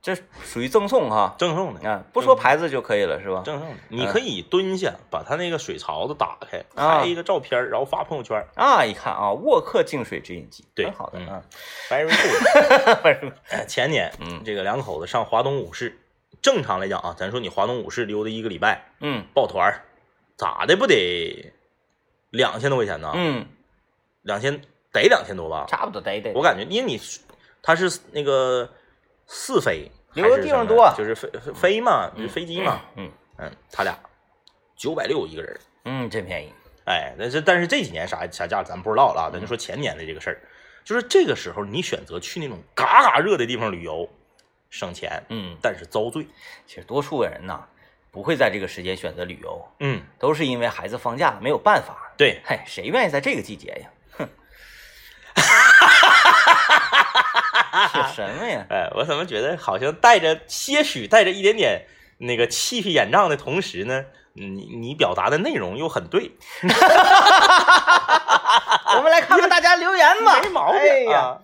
A: 这属于赠送哈，
B: 赠送的，
A: 啊，不说牌子就可以了，是吧？
B: 赠送的，你可以蹲下，把他那个水槽子打开，
A: 嗯啊
B: 拍一个照片儿，然后发朋友圈儿
A: 啊，一看啊，沃克净水直饮机，
B: 对
A: 很好的
B: 嗯
A: 啊，
B: ，very good。
A: 不是
B: 哎前年，
A: 嗯
B: 这个两口子上华东五市，正常来讲啊，咱说你华东五市溜达一个礼拜，
A: 嗯
B: 抱团儿，咋的不得两千多块钱呢？
A: 嗯，
B: 两千得两千多吧？
A: 差不多得得
B: 我，感觉，因为你它是那个四飞，
A: 留的
B: 还是
A: 地方
B: 什么
A: 多啊
B: 就是飞飞嘛，就是飞机嘛，
A: 嗯
B: 嗯，他俩九百六一个人儿，
A: 嗯，真便宜，
B: 哎，但是但是这几年啥啥价咱不知道了啊，咱就说前年的这个事儿，就是这个时候你选择去那种嘎嘎热的地方旅游，省钱，
A: 嗯，
B: 但是遭罪，
A: 其实多数的人呐，不会在这个时间选择旅游，
B: 嗯，
A: 都是因为孩子放假了，没有办法。
B: 对，
A: 嗨，谁愿意在这个季节呀？ 哼，写什么呀？
B: 哎，我怎么觉得好像带着些许、带着一点点那个气势演仗的同时呢，你你表达的内容又很对，
A: 我们来看看大家留言吧。
B: 啊没毛病、啊。
A: 哎呀，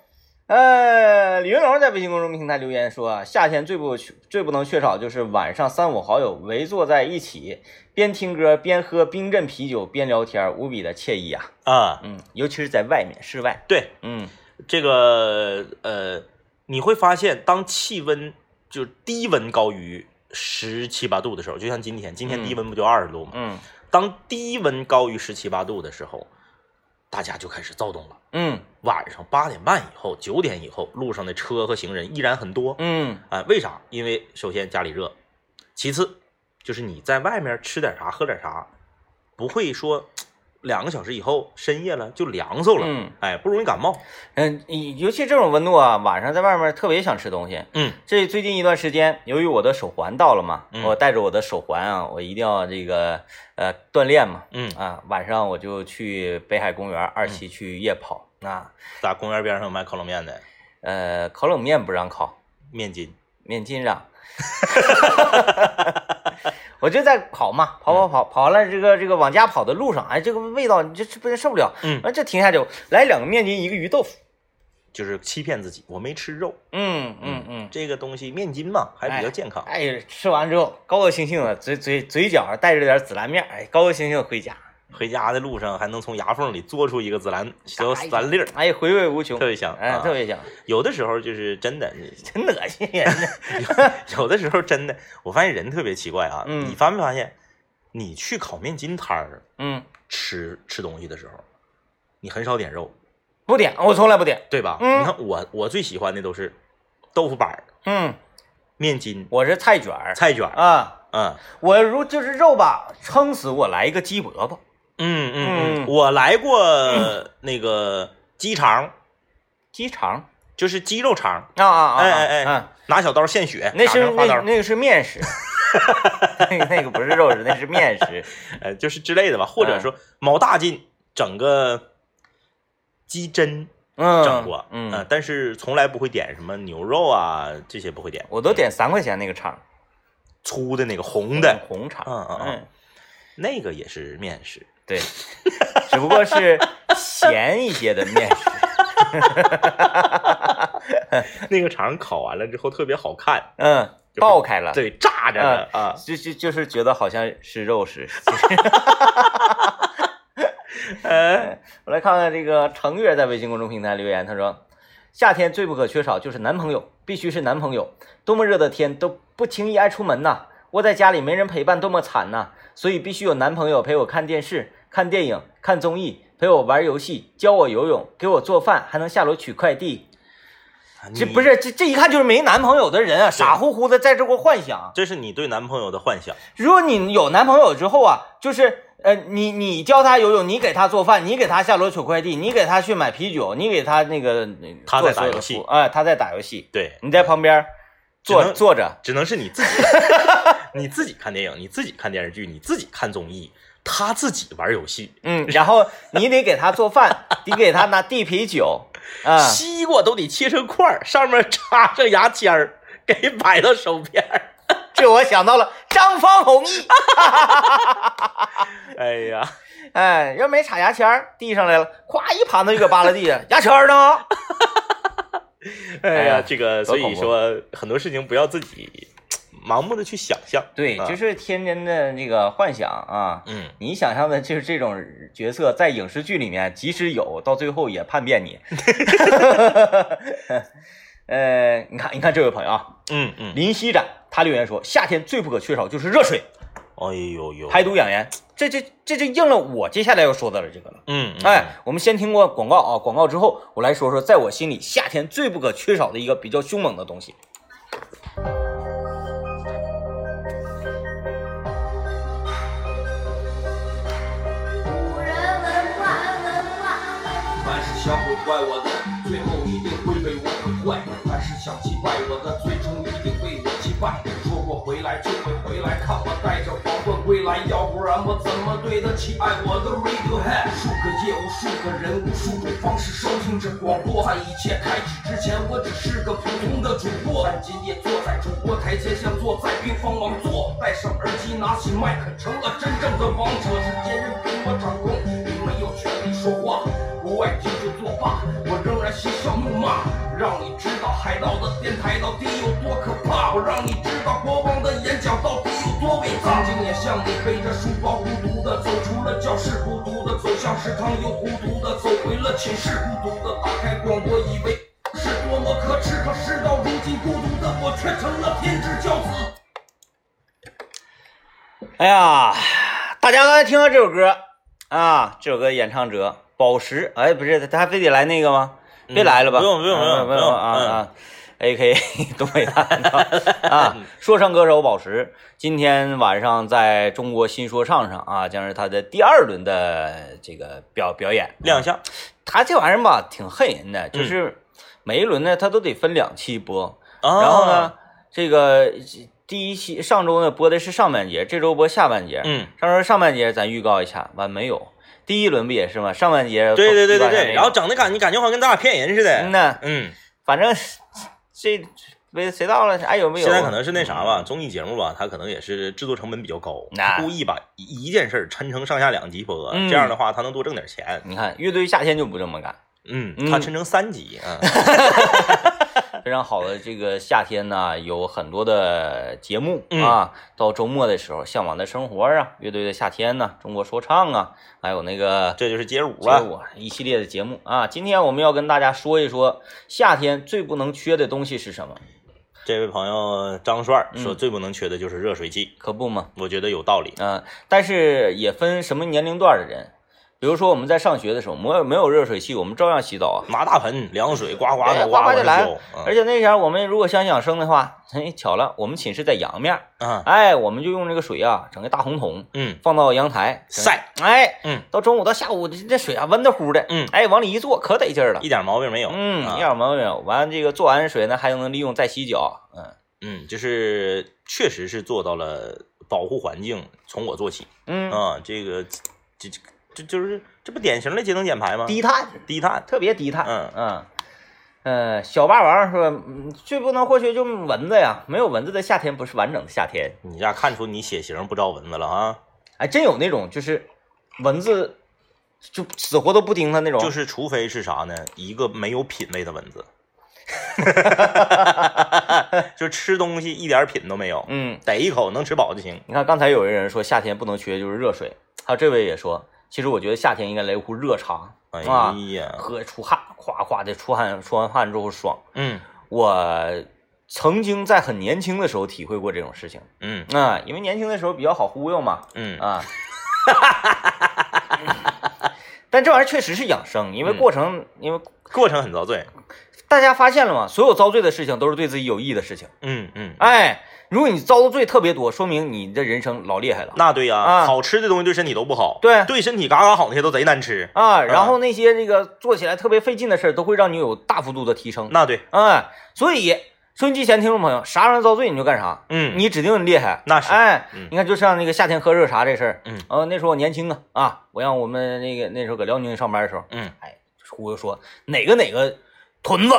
A: 呃，李云龙在微信公众平台留言说啊，夏天最不缺最不能缺少就是晚上三五好友围坐在一起，边听歌边喝冰镇啤酒边聊天，无比的惬意啊。
B: 啊，
A: 嗯，尤其是在外面室外。
B: 对，
A: 嗯
B: 这个呃，你会发现，当气温就是低温高于十七八度的时候，就像今天，今天
A: 嗯
B: 低温不就二十度吗？
A: 嗯
B: 当低温高于十七八度的时候，大家就开始躁动了。
A: 嗯
B: 晚上八点半以后、九点以后，路上的车和行人依然很多。
A: 嗯
B: 啊，为啥？因为首先家里热，其次就是你在外面吃点啥、喝点啥，不会说两个小时以后深夜了就凉飕了，
A: 嗯
B: 哎，不容易感冒。
A: 嗯，尤其这种温度啊，晚上在外面特别想吃东西。
B: 嗯
A: 这最近一段时间，由于我的手环到了嘛，
B: 嗯
A: 我带着我的手环啊，我一定要这个呃锻炼嘛。
B: 嗯，
A: 啊，晚上我就去北海公园二期去夜跑、啊。
B: 在公园边上有卖烤冷面的，
A: 呃，烤冷面不让烤，
B: 面筋。
A: 面筋 让。我就在跑嘛，跑跑跑，跑完了这个这个往家跑的路上，哎，这个味道你这这不受不了，
B: 嗯
A: 完就停下就来两个面筋，一个鱼豆腐。
B: 就是欺骗自己，我没吃肉，
A: 嗯嗯嗯，
B: 这个东西面筋嘛还比较健康。
A: 哎呀，吃完之后高高兴兴的，嘴嘴嘴角带着点紫蓝面，哎，高高兴兴回家，
B: 回家的路上还能从牙缝里嘬出一个紫兰小
A: 哎呀
B: 蓝粒儿，
A: 哎，回味无穷
B: 特，别香。
A: 哎，
B: 啊
A: 特别香，
B: 有的时候就是真的，你
A: 真恶心人呢。
B: 有的时候真的，我发现人特别奇怪啊。
A: 嗯
B: 你发没发现，你去烤面筋摊儿
A: 嗯，
B: 吃吃东西的时候，你很少点肉，
A: 不点，我从来不点。
B: 对吧？
A: 嗯
B: 你看我我最喜欢的都是豆腐板儿、
A: 嗯，
B: 面筋、
A: 我是菜卷儿
B: 菜卷儿。
A: 啊，
B: 嗯
A: 我如就是肉吧，撑死我来一个鸡脖子，
B: 嗯
A: 嗯
B: 我来过那个鸡肠，
A: 鸡肠
B: 就是鸡肉肠，
A: 啊啊啊啊！
B: 哎哎
A: 啊
B: 哎，拿小刀献血，
A: 那
B: 打
A: 是
B: 成花
A: 那
B: 刀，
A: 那个是面 食，那个那个不是肉食，那是面 食。
B: 呃，就是之类的吧。
A: 嗯
B: 或者说毛大筋整个鸡胗。
A: 嗯，
B: 整过，
A: 嗯，
B: 呃但是从来不会点什么牛肉啊这些不会点，
A: 我都点三块钱那个肠，
B: 粗的那个红的，
A: 红肠，
B: 嗯嗯嗯
A: 嗯，
B: 那个也是面食，
A: 对， 只不过是咸一些的面食。
B: 那个肠烤完了之后特别好看，
A: 嗯，
B: 是
A: 爆开了，
B: 对，炸着的啊，
A: 就就就是觉得好像是 肉食。
B: 呃，
A: 我来看看这个程月在微信公众平台留言，他说：“夏天最不可缺少就是男朋友，必须是男朋友。多么热的天都不轻易爱出门呐，窝在家里没人陪伴，多么惨呐！所以必须有男朋友陪我看电视、看电影、看综艺，陪我玩游戏，教我游泳，给我做饭，还能下楼取快递。这
B: 啊你
A: 不，是这这一看就是没男朋友的人啊，傻乎乎的在这给我幻想。
B: 这是你对男朋友的幻想，
A: 如果你有男朋友之后啊，就是呃，你你教他游泳，你给他做饭，你给他下楼取快递，你给他去买啤酒，你给他那个那个
B: 他
A: 做
B: 在打
A: 所有的
B: 游戏
A: 服务哎、他在打游戏，
B: 对，
A: 你在旁边
B: 只
A: 坐
B: 能
A: 坐着，
B: 只能是你自己，你自己看电影，你自己看电视剧，你自己看综艺，他自己玩游戏，
A: 嗯，然后你得给他做饭，得给他拿地皮酒，啊、
B: 西瓜都得切成块儿，上面插上牙签儿，给摆到手边 儿。
A: 这我想到了张方弘毅，
B: 哎呀，
A: 哎，要没插牙签儿，递上来了，咵一盘子就给扒拉地下，牙签儿呢？
B: 哎
A: 哎
B: 呀，
A: 呀
B: 这个
A: 多
B: 所
A: 恐
B: 以
A: 怖
B: 说很多事情不要自己盲目的去想象。
A: 对，
B: 啊
A: 就是天真的那个幻想啊。
B: 嗯，
A: 你想象的就是这种角色，在影视剧里面即使有，到最后也叛变 你。呃，你看，你看这位朋友啊，
B: 嗯嗯，
A: 林夕展他留言说，夏天最不可缺少就是热水，
B: 哎呦呦，
A: 排毒养颜。这这这就应了我接下来要说到的这个了。
B: 嗯，嗯，
A: 哎，我们先听过广告啊，广告之后，我来说说在我心里夏天最不可缺少的一个比较凶猛的东西。
C: 古人文化，文化。
D: 凡是想毁坏我的，最后一定会被我毁坏；凡是想击败我的，最终一定被我击败。说过回来就会回来，看我带着皇冠归来，要不然我怎么对得起爱我的 Radiohead？无数个夜，无数个人，无数种方式收听着广播。在一切开始之前，我只是个普通的主播，但今夜坐在主播台前，像坐在冰封王座，戴上耳机，拿起麦克，成了真正的王者。是坚韧被我掌控，你没有权利说话。不爱听就作罢，我仍然嬉笑怒骂，让你知道海盗的电台到底有多可怕，我让你知道国王的演讲到底有多伟大。曾经也像你背着书包孤独的走出了教室，孤独的走向食堂，又孤独的走回了寝室，孤独的打开广播，以为是多么可耻，可事到如今，孤独的我却成了天之骄子。
A: 哎呀，大家刚才听到这首歌啊，这首歌演唱者宝石，哎，不是他非得来那个吗？别来了吧，
B: 嗯不用不用
A: 啊不
B: 不用不用
A: 啊
B: 嗯
A: 啊！A K 东北大汉 的啊，说唱歌手宝石，今天晚上在中国新说唱上啊，将是他的第二轮的这个表表演。
B: 亮相，
A: 他这玩意儿吧，挺恨人
B: 嗯
A: 的，就是每一轮呢，他都得分两期播，
B: 啊
A: 然后呢，，这个第一期上周呢播的是上半节，这周播下半节。
B: 嗯，
A: 上周上半节咱预告一下，完没有？第一轮不也是吗？上半节
B: 对对对
A: 预告
B: 对
A: 一下
B: 对，
A: 那个
B: 然后整的感你感觉好像跟咱俩骗人似
A: 嗯
B: 的。
A: 呐，
B: 嗯，
A: 反正这没谁到了，哎有没有？嗯
B: 现在可能是那啥吧，综艺节目吧，它可能也是制作成本比较高，
A: 那
B: 故意把一一件事儿抻成上下两集播，
A: 嗯
B: 这样的话他能多挣点钱。
A: 你看乐队夏天就不这么干，
B: 嗯，
A: 嗯
B: 他抻成三集啊，
A: 非常好的这个夏天呢，有很多的节目
B: 嗯
A: 啊。到周末的时候，《向往的生活》啊，乐队的夏天呢，中国说唱啊，还有那个
B: 这就是街舞
A: 接
B: 啊。
A: 我一系列的节目啊。今天我们要跟大家说一说夏天最不能缺的东西是什么，
B: 这位朋友张帅儿说，
A: 嗯
B: 最不能缺的就是热水器，
A: 可不嘛？
B: 我觉得有道理。
A: 嗯、但是也分什么年龄段的人，比如说我们在上学的时候，没有没有热水器，我们照样洗澡啊。
B: 拿大盆凉水呱呱
A: 对
B: 的
A: 哎呱呱
B: 呱
A: 就
B: 的
A: 来
B: 浇，
A: 而且那前儿我们如果想养生的话，嘿，巧了，我们寝室在阳面儿，
B: 啊，
A: 哎，我们就用这个水啊，整个大红桶
B: 嗯，
A: 放到阳台整个
B: 晒，
A: 哎，
B: 嗯，
A: 到中午到下午这这水啊温的乎的，
B: 嗯
A: 哎，往里一坐可得劲儿了
B: 一。点毛病没有。
A: 嗯，
B: 啊
A: 一点毛病没有。完这个做完水呢，还能利用再洗脚。嗯
B: 嗯，就是确实是做到了保护环境，从我做起
A: 嗯，
B: 啊。这个这这这就是这不典型的节能减排吗？
A: 低碳，
B: 低碳，
A: 特别低碳。
B: 嗯
A: 嗯。呃，小霸王说，嗯最不能或缺就是蚊子呀，没有蚊子的夏天不是完整的夏天。
B: 你家看出你血型不招蚊子了啊？
A: 哎，真有那种就是蚊子就死活都不叮它那种，
B: 就是除非是啥呢？一个没有品位的蚊子， 就吃东西一点品都没有，
A: 嗯，
B: 逮一口能吃饱就行。
A: 你看刚才有一个人说夏天不能缺就是热水，还有这位也说，其实我觉得夏天应该来一壶热茶，
B: 哎
A: 啊，
B: 呀，
A: 喝出汗，夸夸的出汗，出完汗之后爽。
B: 嗯
A: 我曾经在很年轻的时候体会过这种事情
B: 嗯
A: 啊，因为年轻的时候比较好忽悠嘛
B: 嗯，
A: 啊。但这玩意儿确实是养生，因为过程，因为
B: 过程很遭罪。
A: 大家发现了嘛，所有遭罪的事情都是对自己有益的事情。
B: 嗯嗯，
A: 哎，如果你遭的罪特别多，说明你的人生老厉害了。
B: 那对呀、
A: 啊
B: 好吃的东西对身体都不好，
A: 对
B: 对身体嘎嘎好那些都贼难吃。
A: 啊，然后那嗯些这个做起来特别费劲的事儿，都会让你有大幅度的提升。
B: 那对，
A: 哎，所以收音机前听众朋友，啥玩意儿遭罪你就干啥，
B: 嗯，
A: 你指定厉害。
B: 那是
A: 哎
B: 嗯，
A: 你看就像那个夏天喝热茶这事儿，
B: 嗯
A: 呃，那时候我年轻啊啊，我让我们那个那时候搁辽宁上班的时候，
B: 嗯
A: 忽悠说哪个哪个屯子，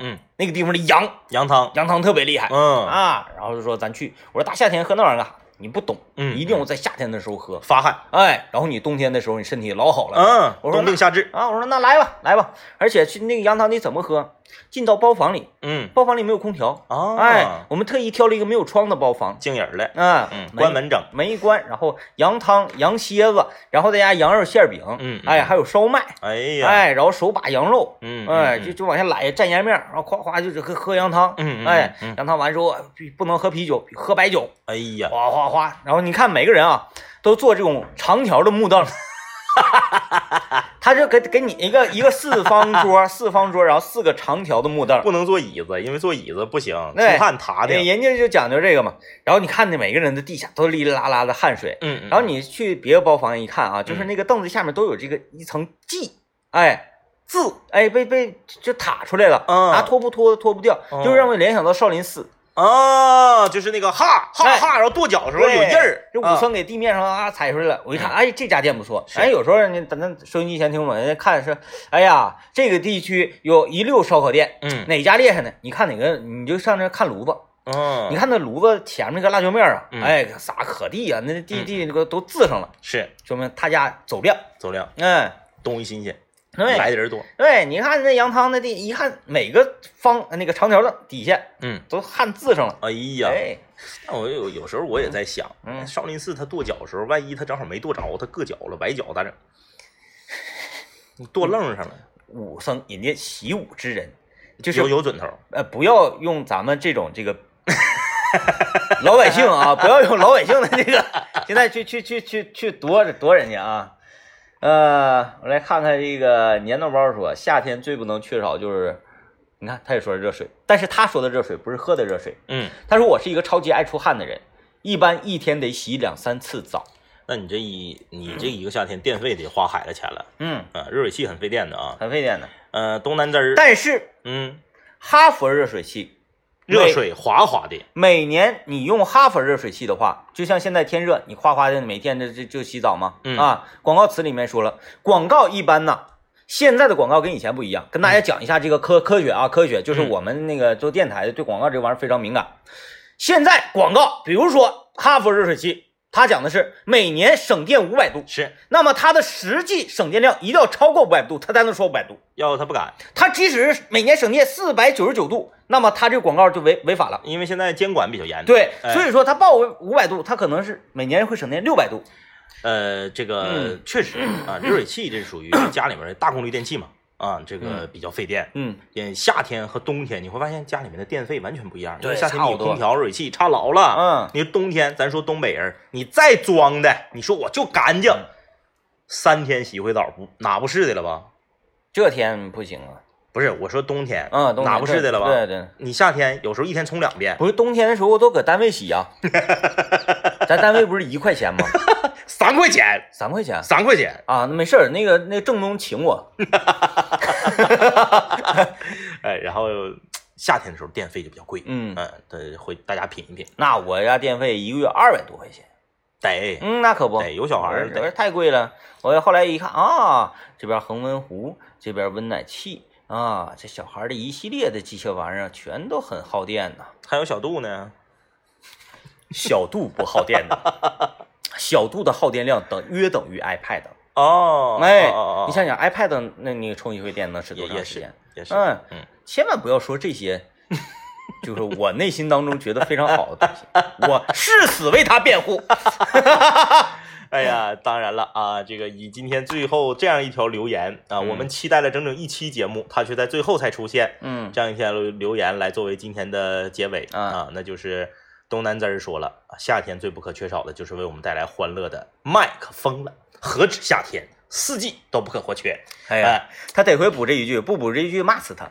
B: 嗯，
A: 那个地方的羊
B: 羊汤，
A: 羊汤特别厉害
B: 嗯，
A: 啊，然后就说咱去，我说大夏天喝那玩意儿干啥？你不懂，
B: 嗯
A: 一定要在夏天的时候喝，
B: 发汗，
A: 哎，然后你冬天的时候你身体老好了，
B: 嗯，
A: 我说
B: 冬病夏治，
A: 啊，我说那来吧，来吧，而且去那个羊汤你怎么喝？进到包房里，
B: 嗯，
A: 包房里没有空调，
B: 啊，
A: 哎，，我们特意挑了一个没有窗的包房，
B: 静人了，
A: 啊，
B: 嗯，
A: 没
B: 关门整，
A: 门一关，然后羊汤、羊蝎子，然后再加羊肉馅饼，
B: 嗯嗯
A: 哎，还有烧麦，
B: 哎呀，
A: 哎，然后手把羊肉，
B: 嗯，嗯，
A: 哎，
B: 嗯
A: 就就往下揽蘸盐面，然后夸夸就是喝喝羊汤，
B: 嗯嗯
A: 哎
B: 嗯，
A: 羊汤完之后必不能喝啤酒，喝白酒，
B: 哎呀，
A: 哗哗哗，然后你看每个人啊，都坐这种长条的木凳。 他就给给你一个一个四方桌， 四方桌，然后四个长条的木凳，
B: 不能坐椅子，因为坐椅子不行，出
A: 对
B: 汗塌的
A: 对，，人家就讲究这个嘛。然后你看那每个人的地下都哩哩啦啦的汗水，
B: 嗯，嗯
A: 然后你去别的包房一看啊，就是
B: 嗯
A: 那个凳子下面都有这个一层记，哎，字，哎，被被就塔出来了，
B: 嗯
A: 拿拖布拖拖不掉，
B: 嗯
A: 就让我联想到少林寺，
B: 啊，就是那个哈哈
A: 哎
B: 哈，然后跺脚的时候有
A: 对
B: 印儿，嗯
A: 这
B: 啊
A: 武僧给地面上啊踩出来了，我一看，哎，这家店不错，哎，有时候呢，咱咱收音机前听众人家看是，哎呀，这个地区有一溜烧烤店，
B: 嗯
A: 哪家厉害呢？你看哪个，你就上那看炉子，
B: 嗯，
A: 你看那炉子前面那个辣椒面啊，
B: 嗯
A: 哎，撒可地啊，那地地那个都渍上了，
B: 是
A: 说明他家走量，
B: 走量，
A: 嗯。
B: 东西新鲜，
A: 对，
B: 来的人多，
A: 对，你看那羊汤那地，一看每个方那个长条的底下
B: 嗯，
A: 都汗渍上了。
B: 哎呀，
A: 哎，
B: 那我有有时候我也在想，
A: 嗯
B: 少林寺他跺脚的时候，万一他正好没跺着，他硌脚了，崴脚 咋整？
A: 嗯
B: 你跺愣上了，
A: 武僧人家习武之人，就
B: 有
A: 是
B: 有准头，
A: 呃，不要用咱们这种这个老百姓啊，不要用老百姓的这个，现在去去去去去夺夺人家啊。呃，我来看看这个年头包说，夏天最不能缺少就是，你看他也说热水，但是他说的热水不是喝的热水，
B: 嗯，
A: 他说我是一个超级爱出汗的人，一般一天得洗两三次澡。
B: 那你这一你这一个夏天电费得花海了钱了
A: 嗯，
B: 啊，热水器很费电的啊，
A: 很费电的。
B: 呃，东南枝儿，
A: 但是
B: 嗯，
A: 哈佛热水器，
B: 热水滑滑的，
A: 每年你用哈佛热水器的话，就像现在天热，你哗哗的每天这这就洗澡嘛。
B: 嗯
A: 啊，广告词里面说了，广告一般呢。现在的广告跟以前不一样，跟大家讲一下这个科、科学啊，科学就是
B: 嗯
A: 我们那个做电台的对广告这玩意儿非常敏感。现在广告，比如说哈佛热水器，它讲的是每年省电五百度，
B: 是
A: 那么它的实际省电量一定要超过五百度，它才能说五百度。
B: 要他不敢，
A: 它即使每年省电四百九十九度，那么它这个广告就违违法了。
B: 因为现在监管比较严，，
A: 对，
B: 哎
A: 所以说它报五百度，它可能是每年会省电六百度。
B: 呃，这
A: 嗯
B: 个确实啊，热水器这 属于家里面的大功率电器嘛，啊，这个比较费电，
A: 嗯，
B: 嗯，夏天和冬天你会发现家里面的电费完全不一样，因为
A: 对
B: 夏
A: 差
B: 天你
A: 好
B: 有
A: 多
B: 空调、热水器，差老了。
A: 嗯，
B: 你冬天咱说东北人，你再装的，你说我就干净，
A: 嗯
B: 三天洗回澡不哪不是的了吧？
A: 这天不行啊。
B: 不是，我说冬天，
A: 嗯，冬天
B: 哪不是的了吧？
A: 对对，
B: 你夏天有时候一天冲两遍，
A: 不是冬天的时候都搁单位洗 啊，咱单位不是一块钱吗？
B: 三块钱，
A: 三块钱。
B: 三块钱，
A: 啊，那没事儿，那个那个郑东请我，
B: 哎，然后夏天的时候电费就比较贵，
A: 嗯
B: 嗯，对，会大家品一品，
A: 那我家电费一个月二百多块钱，
B: 得
A: 嗯，那可不，
B: 得有小孩
A: 我
B: 儿
A: 说我说
B: 得，
A: 太贵了，我后来一看啊，这边恒温壶，这边温奶器啊，这小孩儿的一系列的机械玩意儿全都很耗电呐。
B: 还有小度呢，
A: 小度不耗电的， 小度的耗电量等约等于 iPad。
B: 哦，
A: 哎，
B: 哦哦哦
A: 你想想 iPad 那那个充一回电能使
B: 也
A: 多
B: 也
A: 长时
B: 是
A: 间？
B: 也是，
A: 嗯
B: 嗯
A: 千万不要说这些， 就是我内心当中觉得非常好的东西，我誓死为他辩 护。
B: 哎呀，当然了啊，这个以今天最后这样一条留言啊，
A: 嗯
B: 我们期待了整整一期节目，它却在最后才出现
A: 嗯
B: 这样一条留言来作为今天的结尾
A: 啊
B: 啊，那就是东南枝儿说了，啊夏天最不可缺少的就是为我们带来欢乐的麦克风了，何止夏天，四季都不可或缺。
A: 哎
B: 哎啊
A: 哎呀，他得亏补这一句，不补这一句骂死他。